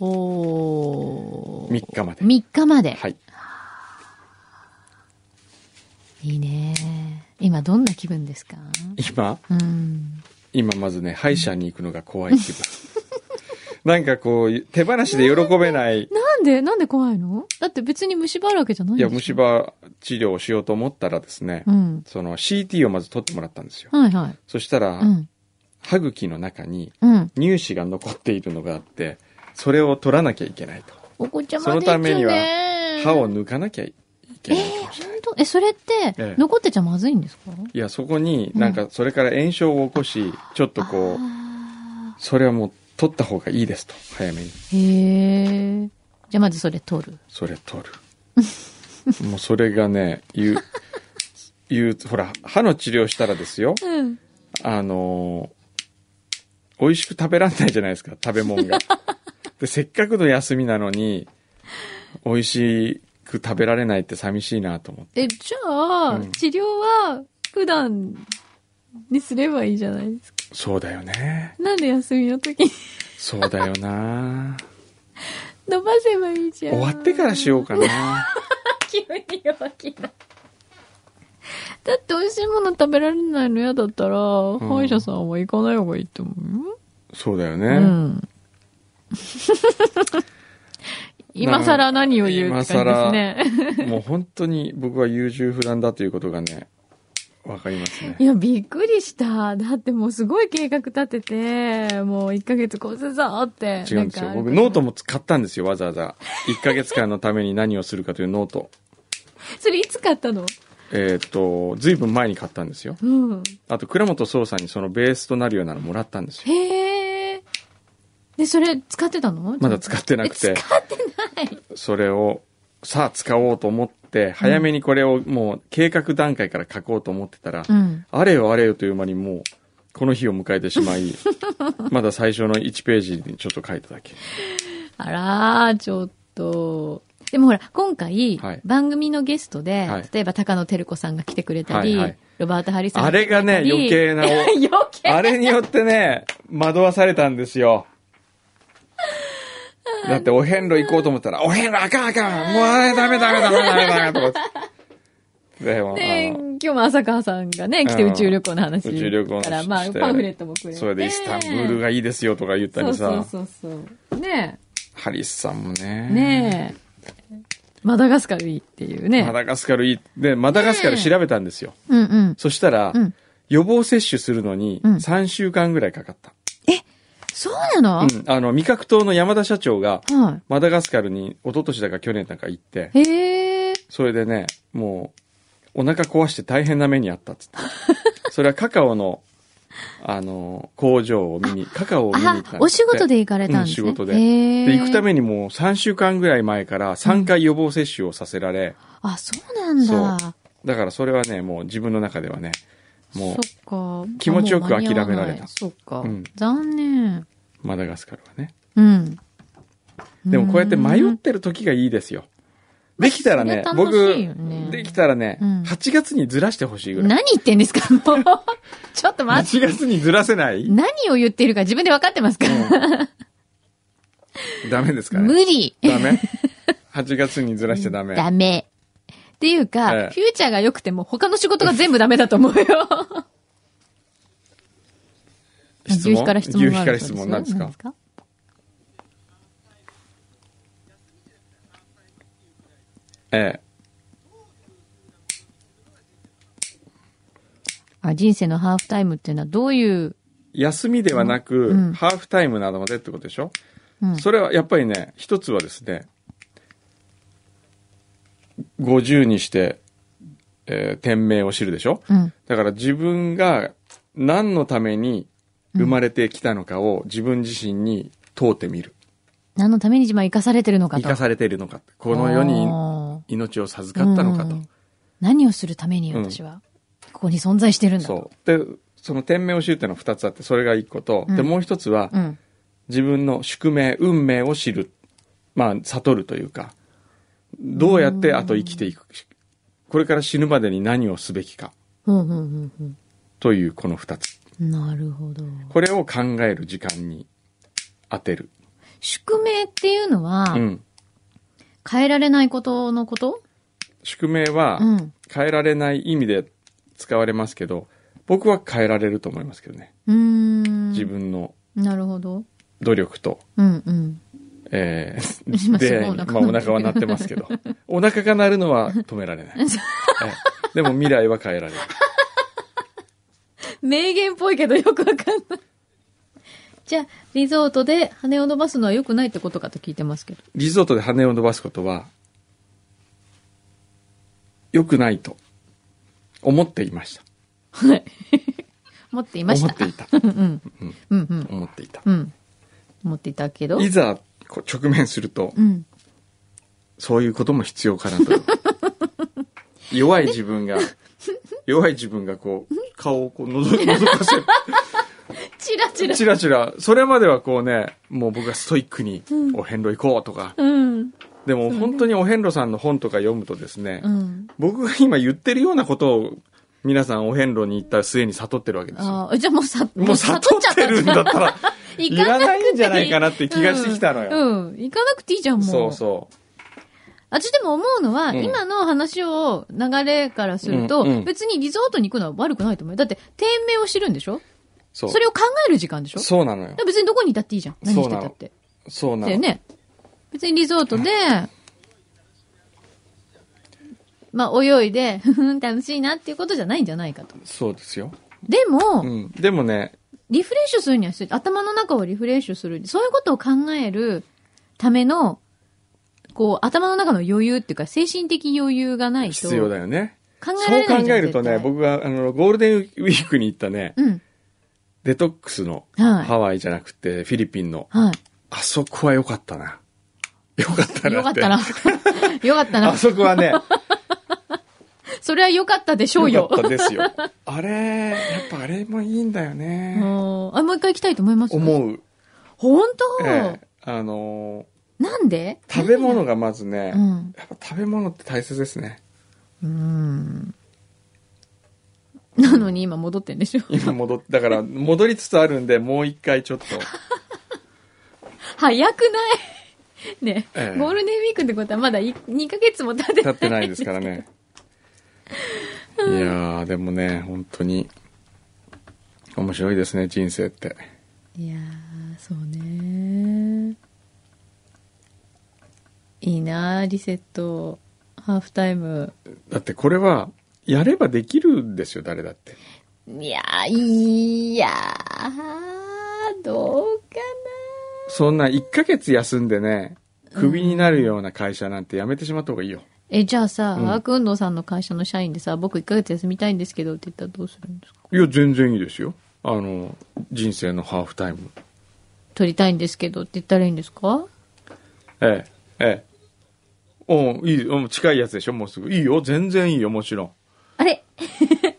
B: お
A: 3日まで。
B: 3日まで。、
A: はいい。
B: いね今どんな気分ですか
A: 今、
B: うん。
A: 今まずね、歯医者に行くのが怖い気分。 [LAUGHS] なんかこう、手放しで喜べない。
B: [LAUGHS] なんでなんで怖いのだって別に虫歯あるわけじゃないん
A: い
B: でしょ
A: や、虫。歯治療をしようと思ったらですね
B: う、ん。
A: その CT をまず取ってもらったんですよ。
B: はいはい。
A: そしたら
B: う、ん。
A: 歯茎の中に
B: うん。
A: 乳歯が残っているのがあって、それを取らなきゃいけないと。
B: お子ちゃま
A: そのためには
B: ですね
A: 歯を抜かなきゃいけない。
B: 本当え、それって、
A: ええ
B: 残ってちゃまずいんですか
A: いや、そこになんかそれから炎症を起こし、ちょっとこう、
B: あ
A: それはもう取った方がいいですと。早めに。
B: ーへえ。じゃあまずそれ取る。
A: それ取る。 [LAUGHS] もうそれがね、言う、言う、ほら、歯の治療したらですよ。
B: うん。
A: あのー美味しく食べらんないじゃないですか、食べ物
B: [LAUGHS]
A: が。で、せっかくの休みなのに、美味しく食べられないって寂しいなと思って。
B: え、じゃあ、
A: うん
B: 治療は普段にすればいいじゃないですか。
A: そうだよね。
B: なんで休みの時に
A: そうだよな。
B: [LAUGHS] 伸ばせばいいじゃん。
A: 終わってからしようかな。
B: 急に弱気だ。だって美味しいもの食べられないの嫌だったら、歯医者さんは行かない方がいいと思うよ。
A: そうだよ
B: う
A: ね。
B: [LAUGHS] ん。今更何を言うって感じですね。
A: もう本当に僕は優柔不断だということがね、わかりますね
B: い。や、びっくりした。だってもうすごい計画立てて、もう1ヶ月こうするぞって。
A: 違うんですよ。
B: なか
A: 僕、ノートも買ったんですよ、わざわざ。1ヶ月間のために何をするかというノート。
B: それいつ買ったの
A: えっ、と、ずいぶん前に買ったんですよ。
B: うん。
A: あと、倉本壮さんにそのベースとなるようなのもらったんですよ。
B: へえ。で、それ使ってたの
A: まだ使ってなくて
B: え。使ってない。
A: それを、さあ使おうと思って、早めにこれをもう計画段階から書こうと思ってたら、
B: うん。
A: あれよあれよという間にもう、この日を迎えてしまい、 [LAUGHS] まだ最初の1ページにちょっと書いただけ。
B: あらー、ちょっと。でもほら、今回、
A: はい
B: 番組のゲストで、
A: はい
B: 例えば高野照子さんが来てくれた
A: はい
B: り、
A: はい
B: ロバート・ハリさん
A: あれがね、
B: [LAUGHS] 来てく
A: 余計
B: れ
A: な、
B: たり余計
A: あれによってね、惑わされたんです
B: [LAUGHS]
A: よ。だって、お遍路行こうと思ったら、お遍路あかんあかんもうあれダメダメダメダメダメとかって。でも、
B: で、
A: あの
B: 今日も浅川さんがね、来て
A: うん
B: 宇宙旅行の話
A: 宇宙旅行の話
B: から、まあ、
A: して
B: パンフレットもくれて。
A: それでイスタンブールがいいですよとか言ったりさ、
B: そうそうそうそう。ね
A: ハリスさんもね
B: え、ねえ。マダガスカルいいっていうね。
A: マダガスカルいい。で、マダガスカル調べたんですよ。
B: うんうん。
A: そしたら、
B: うん
A: 予防接種するのに
B: うん
A: 3週間ぐらいかかった。
B: そうなの、
A: うんあの、味覚糖の山田社長が、
B: は
A: マダガスカルに一昨年だか去年だか行って、
B: い。へえ。
A: それでね、もう、お腹壊して大変な目にあったっつ
B: [LAUGHS]
A: って。それはカカオの、あの、工場を見に、カカオを見に行ったん
B: あ
A: ですって、
B: お仕事で行かれたんですね。
A: うん仕事で
B: へえ
A: で、行くためにもう3週間ぐらい前から3回予防接種をさせられ、
B: あ、そうなんだ。
A: そだからそれはね、もう自分の中ではね、も
B: そっか。
A: 気持ちよく
B: あもう間に合わ
A: 諦められた
B: ないそっか。
A: うん
B: 残念。
A: う、マダガスカルはね。
B: うん。
A: でもこうやって迷
B: う
A: っ
B: ん
A: てる時がいいですよ。できたらね、
B: まあそれ楽
A: 僕
B: しいよね、
A: できたらね、
B: うん
A: 8月にずらしてほしいぐらい。
B: 何言ってんですかもう。ちょっと待って。
A: 8月にずらせない
B: 何を言っているか自分で分かってますから。
A: ダメですか
B: 無
A: ね。
B: 理。
A: ダメ ?8 月にずらしちゃダ
B: [LAUGHS]
A: メ。
B: ダメ。っていうか、
A: ええ
B: フューチャーが良くても他の仕事が全部ダメだと思うよ。
A: [LAUGHS] 質問
B: 牛皮から質問があ
A: 牛皮か
B: る
A: ら質
B: そう
A: 問なんですか
B: か
A: ええ。
B: あ人生のハーフタイムっていうのはどういう、
A: 休みではなく、
B: うん
A: ハーフタイムなどまでってことでしょ、
B: うん
A: それはやっぱりね、一つはですね、50にして、えー天命を知るでしょ
B: うん。
A: だから自分が何のために生まれてきたのかを自分自身に問うてみる。
B: 何のために今生かされてるのか
A: 生
B: と。
A: かされているのか。この世に
B: あー
A: 命を授かったのか
B: う
A: と。
B: ん何をするために私は、ここに存在してるんだと。
A: そう。で、その天命を知るっていうのは二つあって、それが一個と、
B: うん
A: で、もう一つは、
B: うん。
A: 自分の宿命、運命を知る。まあ、悟るというか、どうやってあと生きていく、これから死ぬまでに何をすべきか
B: うんうんうんうん
A: というこの二つ。
B: なるほど。
A: これを考える時間に当てる。
B: 宿命っていうのは、
A: うん。
B: 変えられないことのこと
A: 宿命は
B: うん
A: 変えられない意味で使われますけど、僕は変えられると思いますけどね。
B: うーん。
A: 自分の
B: なるほど。
A: 努力と、
B: うんうん。
A: え
B: 今
A: ー、
B: すごい
A: で、
B: お
A: ま
B: 腹
A: あお腹は鳴ってますけ
B: [LAUGHS]
A: ど、お腹が鳴るのは止められない。はいでも未来は変えられる。
B: 名言っぽいけどよくわかんない。じゃあ、リゾートで羽を伸ばすのは良くないってことかと聞いてますけど。
A: リゾートで羽を伸ばすことは、良くないと思っていました。
B: はい。持っていました。
A: 思っていた。
B: うんうん。うん [LAUGHS] うん。
A: 思っていた。
B: うん。持っていたけど。
A: いざこう直面すると、
B: うん。
A: そういうことも必要か
B: [LAUGHS]
A: なと。弱い自分が、弱い自分がこう、顔をこう、のぞ、の
B: [LAUGHS]
A: ぞかせ
B: チラチラ。
A: チラチラ、それまではこうね、もう僕がストイックに、お遍路行こうとか、
B: うん。
A: でも本当にお遍路さんの本とか読むとですね、
B: うん。
A: 僕が今言ってるようなことを、皆さんお遍路に行った末に悟ってるわけですよ。
B: ああ、じゃあもうさ、
A: もう悟ってるん
B: [LAUGHS]
A: だったら、
B: 行
A: い
B: かなく
A: らないんじゃないかなって気がしてきたのよ。
B: うん。うん行かなくていいじゃん、もう。
A: そうそう。
B: あ、ちでも思うのは、
A: うん
B: 今の話を流れからすると、
A: うんうん
B: 別にリゾートに行くのは悪くないと思うよ。だって、店名を知るんでしょ
A: そう。
B: それを考える時間でしょだか
A: そうなのよ
B: ら。別にどこにいたっていいじゃん。何してたって。
A: そうな
B: だ
A: の
B: よ。ね。別にリゾートで、まあ、泳いで、ふふん、楽しいなっていうことじゃないんじゃないかと。
A: そうですよ。
B: でも、
A: うん。でもね、
B: リフレッシュするには必要頭の中をリフレッシュする。そういうことを考えるための、こう、頭の中の余裕っていうか、精神的余裕がないと。
A: 必要だよね。
B: 考えら
A: そう
B: れない
A: 考
B: じゃん
A: えるとね、
B: 絶対
A: 僕が、あの、ゴールデンウィークに行ったね、
B: うん。
A: デトックスの
B: はい
A: ハワイじゃなくて、フィリピンの、
B: は
A: あそこは良かったな。良かった
B: い。
A: な
B: よか
A: っ。
B: ってたな。 [LAUGHS] よかったな
A: あ。そこは
B: [LAUGHS]
A: ね、
B: それはよかったでしょう
A: 良
B: よ。
A: かったです
B: [LAUGHS]
A: よ。あれ、やっぱあれもいいんだよね。
B: もうあ、もう一回行きたいと思います。う。
A: 思う。
B: 本
A: え
B: 当
A: えあの
B: なんで
A: ー食べ物がまずね、
B: うん。
A: やっぱ食べ物って大切ですね。
B: うん。なのに今戻ってんでしょ
A: 今戻っだから戻りつつあるんで、もう一回ちょっと。
B: 早くない [LAUGHS] ね、
A: ええ
B: ゴールデンウィークってことはまだい2ヶ月も経って
A: 経
B: ない。
A: ってないですからね。いやー、でもね、本当に、面白いですね、人生って。
B: [LAUGHS] いやー、そうねいいなーリセット。ハーフタイム。
A: だってこれは、やればできるんですよ、誰だって。
B: いやー、いやー、どうかな
A: そんな1ヶ月休んでね、クビになるような会社なんてやめてしまった方がいいよ。
B: え、じゃあさ、
A: うん
B: アーク運動さんの会社の社員でさ、僕1ヶ月休みたいんですけどって言ったらどうするんですか
A: いや、全然いいですよ。あの、人生のハーフタイム。
B: 取りたいんですけどって言ったらいいんですか
A: ええ、ええ。うん、いい、うん、近いやつでしょ、もうすぐ。いいよ、全然いいよ、もちろ
B: あれ [LAUGHS]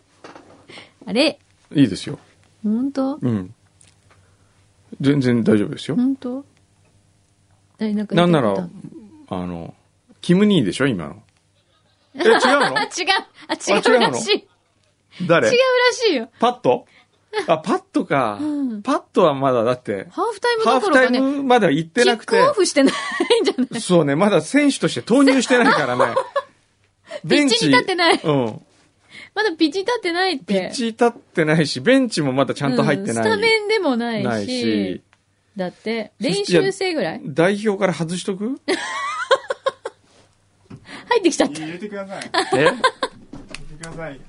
B: あれ
A: ん。いいですよ。
B: 本当
A: うん。全然大丈夫ですよ。
B: 本当え、なんか
A: な
B: 言
A: ん
B: いた
A: ない
B: こと
A: ら、あの、キム兄でしょ今
B: [LAUGHS]
A: の。え、違うの
B: あ、違う。あ、違うらしい。違う
A: 誰
B: らしいよ。
A: パットあ、パットか。
B: うん
A: パットはまだだって、
B: ハーフタイム
A: ハー
B: どこ
A: フ
B: ろ
A: タ
B: か
A: イ
B: ね、
A: ムまでは行っ
B: キ
A: てな
B: ッ
A: く
B: クオ
A: て、
B: フしてないんじゃない [LAUGHS]
A: そうね、まだ選手として投入してないからね。
B: ピッチに立ってない
A: うん。
B: まだピッチ立ってないって。
A: ピッチ立ってないし、ベンチもまだち
B: ち
A: ゃんと入ってない。
B: スタメンでもないし。
A: ないし。
B: だって、
A: そ
B: 練
A: していや
B: 習生ぐらい
A: 代表から外しとく
B: 入ってきちゃった。
E: 入れてください。入
A: え
E: れてください。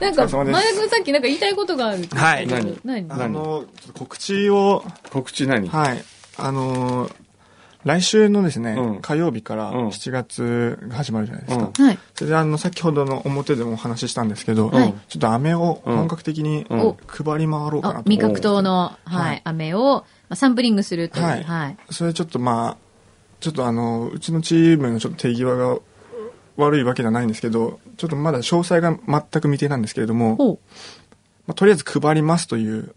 B: なんか、
E: お疲れ様
B: 前
E: です
B: 田君さっきなんか言いたいことがあるって言ってたけど
A: はい
B: 何
E: あの、ちょっと告知を、
A: [LAUGHS] 告知何
E: はい。あのー、来週のですね、
A: うん
E: 火曜日から
A: うん
E: 7月が始まるじゃないですか。
A: うん
B: はい。
E: それであの、先ほどの表でもお話ししたんですけど、
B: はい
E: ちょっと飴を本格的に
A: うん
B: お
E: 配り回ろうかな
B: あ
E: と。
B: 味覚糖の、は
E: はいい、
B: 飴を、まあ、サンプリングするという。は。
E: はいいそれちょっとまあ、ちょっとあの、うちのチームのちょっと手際が悪いわけじゃないんですけど、ちょっとまだ詳細が全く未定なんですけれども、
B: ほう。
E: まあ、とりあえず配りますという、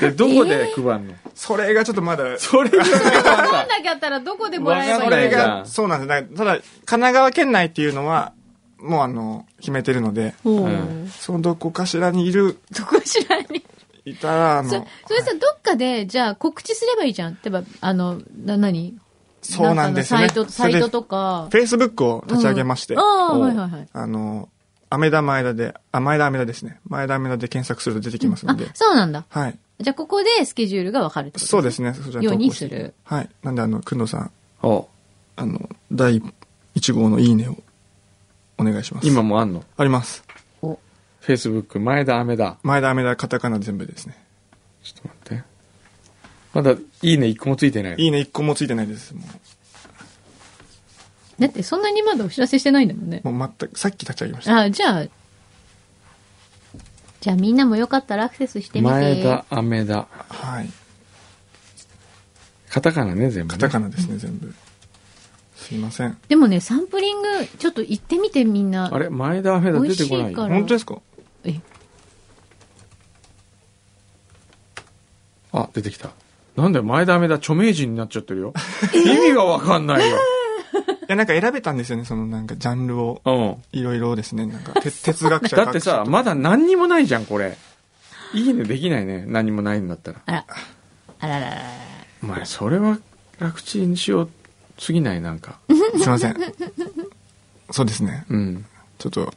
A: で、どこで配るの
E: それがちょっとまだ、
A: それじゃない
B: なんなかったらどこでもらえばいい
A: わ
B: の
A: かんない
E: それ
A: じゃん
E: が、そうなんですだからただ、神奈川県内っていうのは、もうあの、決めてるので、
B: ほう。
A: うん
E: そのどこかしらにいる、
B: どこしらに。
E: いたら、あの、
B: そそれさ、どっかで、じゃあ告知すればいいじゃん。例えば、あの、な、何
E: そうなんですよね
B: かのサイト、サイトとか。
E: Facebook を立ち上げまして、
B: うんああ、はいはいはい。
E: あの、アメダ前田で、あ、前田アメダですね。前田アメダで検索すると出てきますの
B: あ
E: で、、
B: そうなんだ。
E: はい。
B: じゃあここでスケジュールがわかるってこと
E: そうですね。そちら
B: ように
E: 投稿して
B: する。
E: はい。なんで、あの、くんどうさん、
A: [LAUGHS] お
E: あの、第1号のいいねをお願いします。
A: 今。もあんの
E: あります。
B: お、
A: ?Facebook、前田アメだ。
E: 前田アメダカタカナ全部ですね。
A: ちょっと待って。まだ、いいね一個もついてないの。
E: いいね、一個もついてないです。も
B: だってそんなにまだお知らせしてないんだもんね。
E: う、もう全く、さっき立ち上げました。
B: あ、じゃあ、じゃあみんなもよかったらアクセスしてみて。
A: 前田、飴田。
E: はい。
A: カタカナね、全部、
E: カ
A: ね。
E: タカナですね、全部。すいません。
B: でもね、サンプリング、ちょっと行ってみてみんな。
A: あれ前田、飴田出てこ
B: 美味
A: な
B: し
A: い
B: いから
E: 本当ですか
B: え
A: あ、出てきた。なんだよ、前田、飴田、著名人になっちゃ
B: [LAUGHS]
A: ってるよ。意味がわかんないよ。
E: いや、なんか選べたんですよね、そのなんかジャンルを。
A: [LAUGHS] うん。
E: いろいろですね、なんか、
B: [LAUGHS]
E: て哲学者
A: だってさ、
E: 学者と
A: まだ何にもないじゃん、これ。いいねできないね。何もないんだったら。
B: あら。あらららら。
A: お前、それは楽ちんしようすぎない、なんか。
E: すいません。そうですね。
A: うん。
E: ちょっと、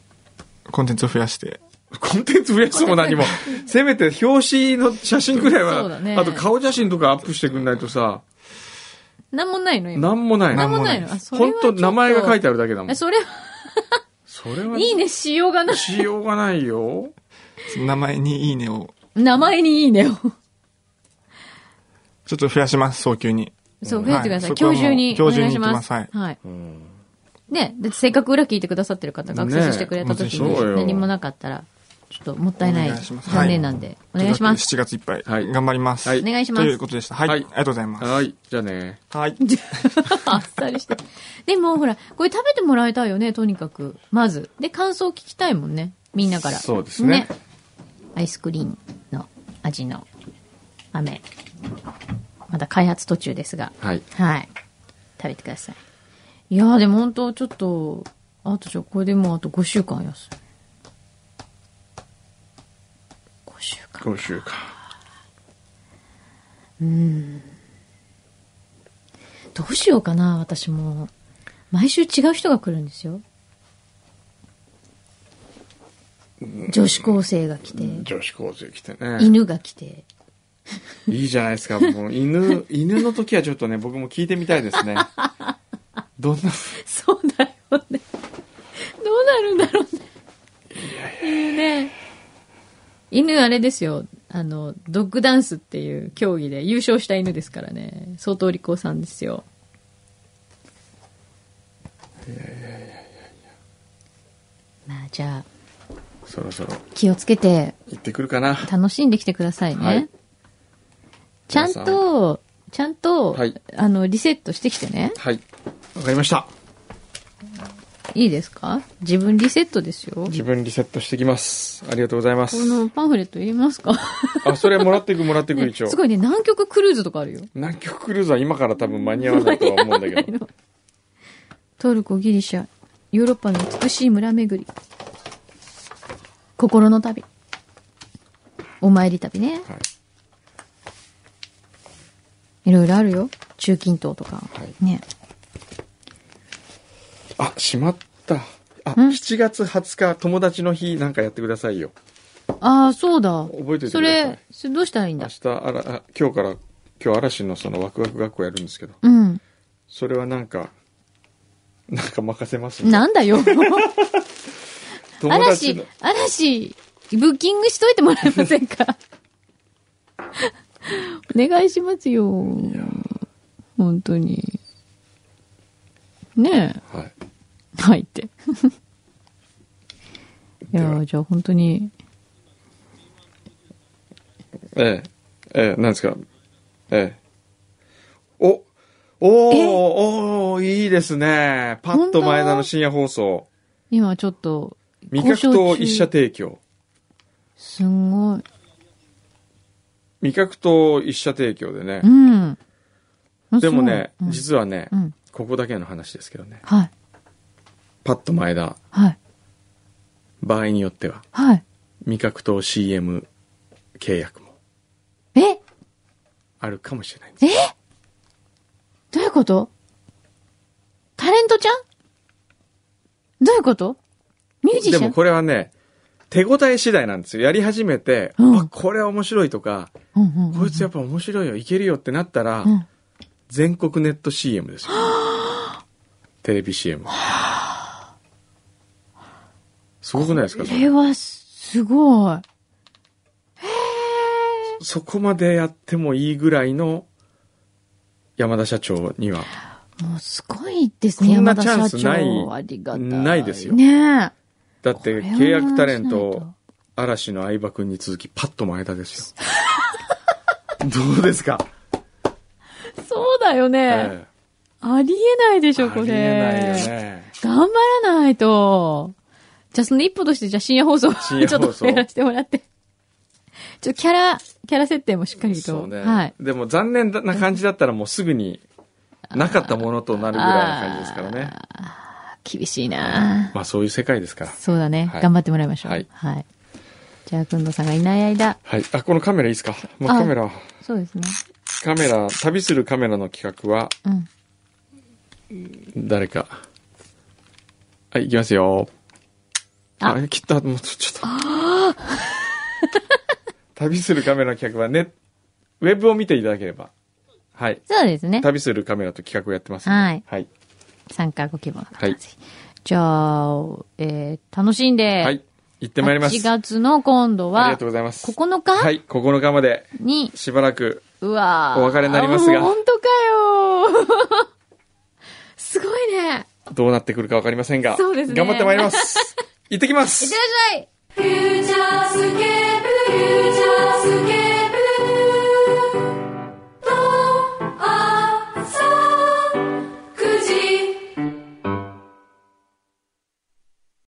E: コンテンツを増やして。
A: コンテンツ増やすも
E: [LAUGHS]
A: 何も。せめて表紙の写真くらい
B: そうだ
A: は、
B: ね
A: あと顔写真とかアップしてくんないとさ、
B: なんもないの今。
A: なんもない。
B: なん
E: 何
B: も
E: も
B: な
E: ないい
B: の。あそれは
A: 本当名前が書いて
B: あ
A: あるだけだもん。
B: それは、
A: それはい
B: いねしようがない。
A: しようがないよ。
E: 名前にいいねを、
B: 名前にいいねを。
E: ちょっと増やします、早急に。
B: そう、増えてください。
E: はい
B: 今日中に。
E: そこはもう
B: お願いします。
E: 今日中に行き
B: はい。ねだってせっかく裏聞いてくださってる方がアクセスしてくれた時
A: ねえそう
B: に
A: よ
B: 何もなかったら、ちょっともったいない。
E: お願いします
B: 残念なんで。お願いします。
E: 7月いっぱい、
A: はい
E: 頑張ります。
A: はい
B: お願いします
E: ということでした。はい。
A: はい
E: ありがとうございます。
A: はい、じゃあね。
E: はい。
B: [LAUGHS] あっさりして。でもほら、これ食べてもらいたいよね、とにかく。まず。で、感想聞きたいもんね。みんなから。
A: そうですね
B: アイスクリーンの味の飴。まだ開発途中ですが。
A: はい。
B: はい。食べてください。いやーでも本当ちょっと、あとじゃあこれでもうあと5週間休み。5週間。
A: 今週か。
B: どうしようかな、私も。毎週違う人が来るんですよ。女子高生が来て、
A: 女子高生来てね。
B: 犬が来て。
A: いいじゃないですか。もう犬、犬の時はちょっとね、僕も聞いてみたいですね。どんな、
B: そうだよね。どうなるんだろうね。犬ね。犬あれですよ。あの、ドッグダンスっていう競技で優勝した犬ですからね。相当利口さんですよ。まあじゃあ、
A: そろそろ
B: 気をつけて
A: 行ってくるかな。
B: 楽しんできてくださいね。
A: はい
B: ちゃんと、ちゃんと、
A: はい
B: あの、リセットしてきてね。
A: はい。わかりました。
B: いいですか自分リセットですよ。
A: 自分リセットしてきます。ありがとうございます
B: こ。のパンフレットいりま
A: [LAUGHS]
B: すか
A: あ、それもらっていくもらっていく
B: ね
A: 一応
B: す。ごいね、南極クルーズとかあるよ。
A: 南極クルーズは今から多分間に合わないとは思うんだけど。
B: トルコ、ギリシャ、ヨーロッパの美しい村巡り。心の旅。お参り旅ね。
A: はい。
B: いろいろあるよ。中近東とか。
A: い
B: ね。
A: あ、しまった。あ、
B: ん
A: 7月20日友達の日なんかやってくださいよ。
B: ああ、そうだ。
A: 覚えておいてください
B: それ、それどうしたらいいん
A: 明
B: だ
A: 日、あら、あ今日から、今日嵐のそのワクワク学校やるんですけど、
B: うん。
A: それはなんか、なんか任せますね
B: なんだよ。
A: 友達
B: 嵐
A: の、、
B: 嵐、ブッキングしといてもらえませんか [LAUGHS] お願いしますよ。本当に。ね
A: はい。
B: え。はいって。い
A: [LAUGHS] で
B: や
A: は
B: ーじゃあ本当に。
A: ええ、ええ、なんですか。ええ。お、お
B: え
A: ー、おー、いいですね。パッと前田の深夜放送。
B: 今ちょっと、
A: 味覚と一社提供。
B: すんごい。
A: 味覚と一社提供でね
B: う。ん。あ
A: でもね、
B: すごいうん
A: 実はね、
B: うん。
A: ここだけの話ですけどね。
B: はい。
A: パッと前田、
B: はい。
A: 場合によっては、
B: はい。
A: 味覚と CM 契約も
B: え
A: あるかもしれないんです。
B: えどういうことタレントちゃんどういうことミュージシ
A: で
B: ャ
A: も
B: ン
A: これはね、手応え次第なんですよ。やり始めて、
B: うん
A: あ、これは面白いとか、
B: うんうんうん
A: こいつやっぱ面白いよ、いけるよってなったら、
B: うん
A: 全国ネット CM
B: [GASPS]
A: ですよ。テレビ CM。すごくないですか
B: これはすごい。
A: そこまでやってもいいぐらいの山田社長には。
B: もうすごいですね、
A: こんな
B: 山田
A: チャン
B: 社長。
A: スない
B: ありがたい。
A: ないですよ
B: ね
A: だっ
B: こ
A: て
B: れは
A: 契約タレン
B: お願いしない
A: ト
B: と、
A: 嵐の相葉くんに続き、パッと前田です
B: [LAUGHS]
A: よ。どうですか、
B: え。そうだよね。
A: え
B: ありえないでし
A: え
B: ょ、これ。
A: ありえないよね。
B: 頑張らないと。じゃあその一歩として、じゃあ深夜放送を [LAUGHS] ち
A: 深
B: ょっ
A: 夜放
B: と
A: 送
B: やらせてもらって。ちょ、キャラ、キャラ設定もしっかりと。
A: そうね、
B: はい。
A: でも残念な感じだったらもうすぐになかったものとなるぐらいな感じですからね。
B: 厳しいな
A: まあそういう世界ですから。
B: そうだね、
A: はい
B: 頑張ってもらいましょう。は
A: はいい。
B: じゃあ、くんどさんがいない間。
A: はい。あ、このカメラいいですかまあ
B: あ
A: カメラ、
B: そうですね。
A: カメラ、旅するカメラの企画は
B: うん。
A: 誰か。はい、行きますよ。
B: あ
A: あれ、切った、もうちょちょっと。旅するカメラの企画はね、ウェブを見ていただければ。はい。
B: そうですね。
A: 旅するカメラと企画をやってますんで
B: はい
A: はい。
B: 参加ご希望の方、
A: はい
B: ぜひじゃあ、えー、楽しんで。
A: はい。行ってまいります。
B: 8月の今度
A: あり
B: は、
A: がとうございます。
B: 9日、
A: はい、9日まで
B: に、
A: しばらく、
B: うわー
A: お別れになりますが
B: もう本当かよー [LAUGHS] すごいね。
A: どうなってくるかわかりませんが、
B: そうですね
A: 頑張ってまいります。行ってきま
B: いっ
A: す
B: てらっしゃい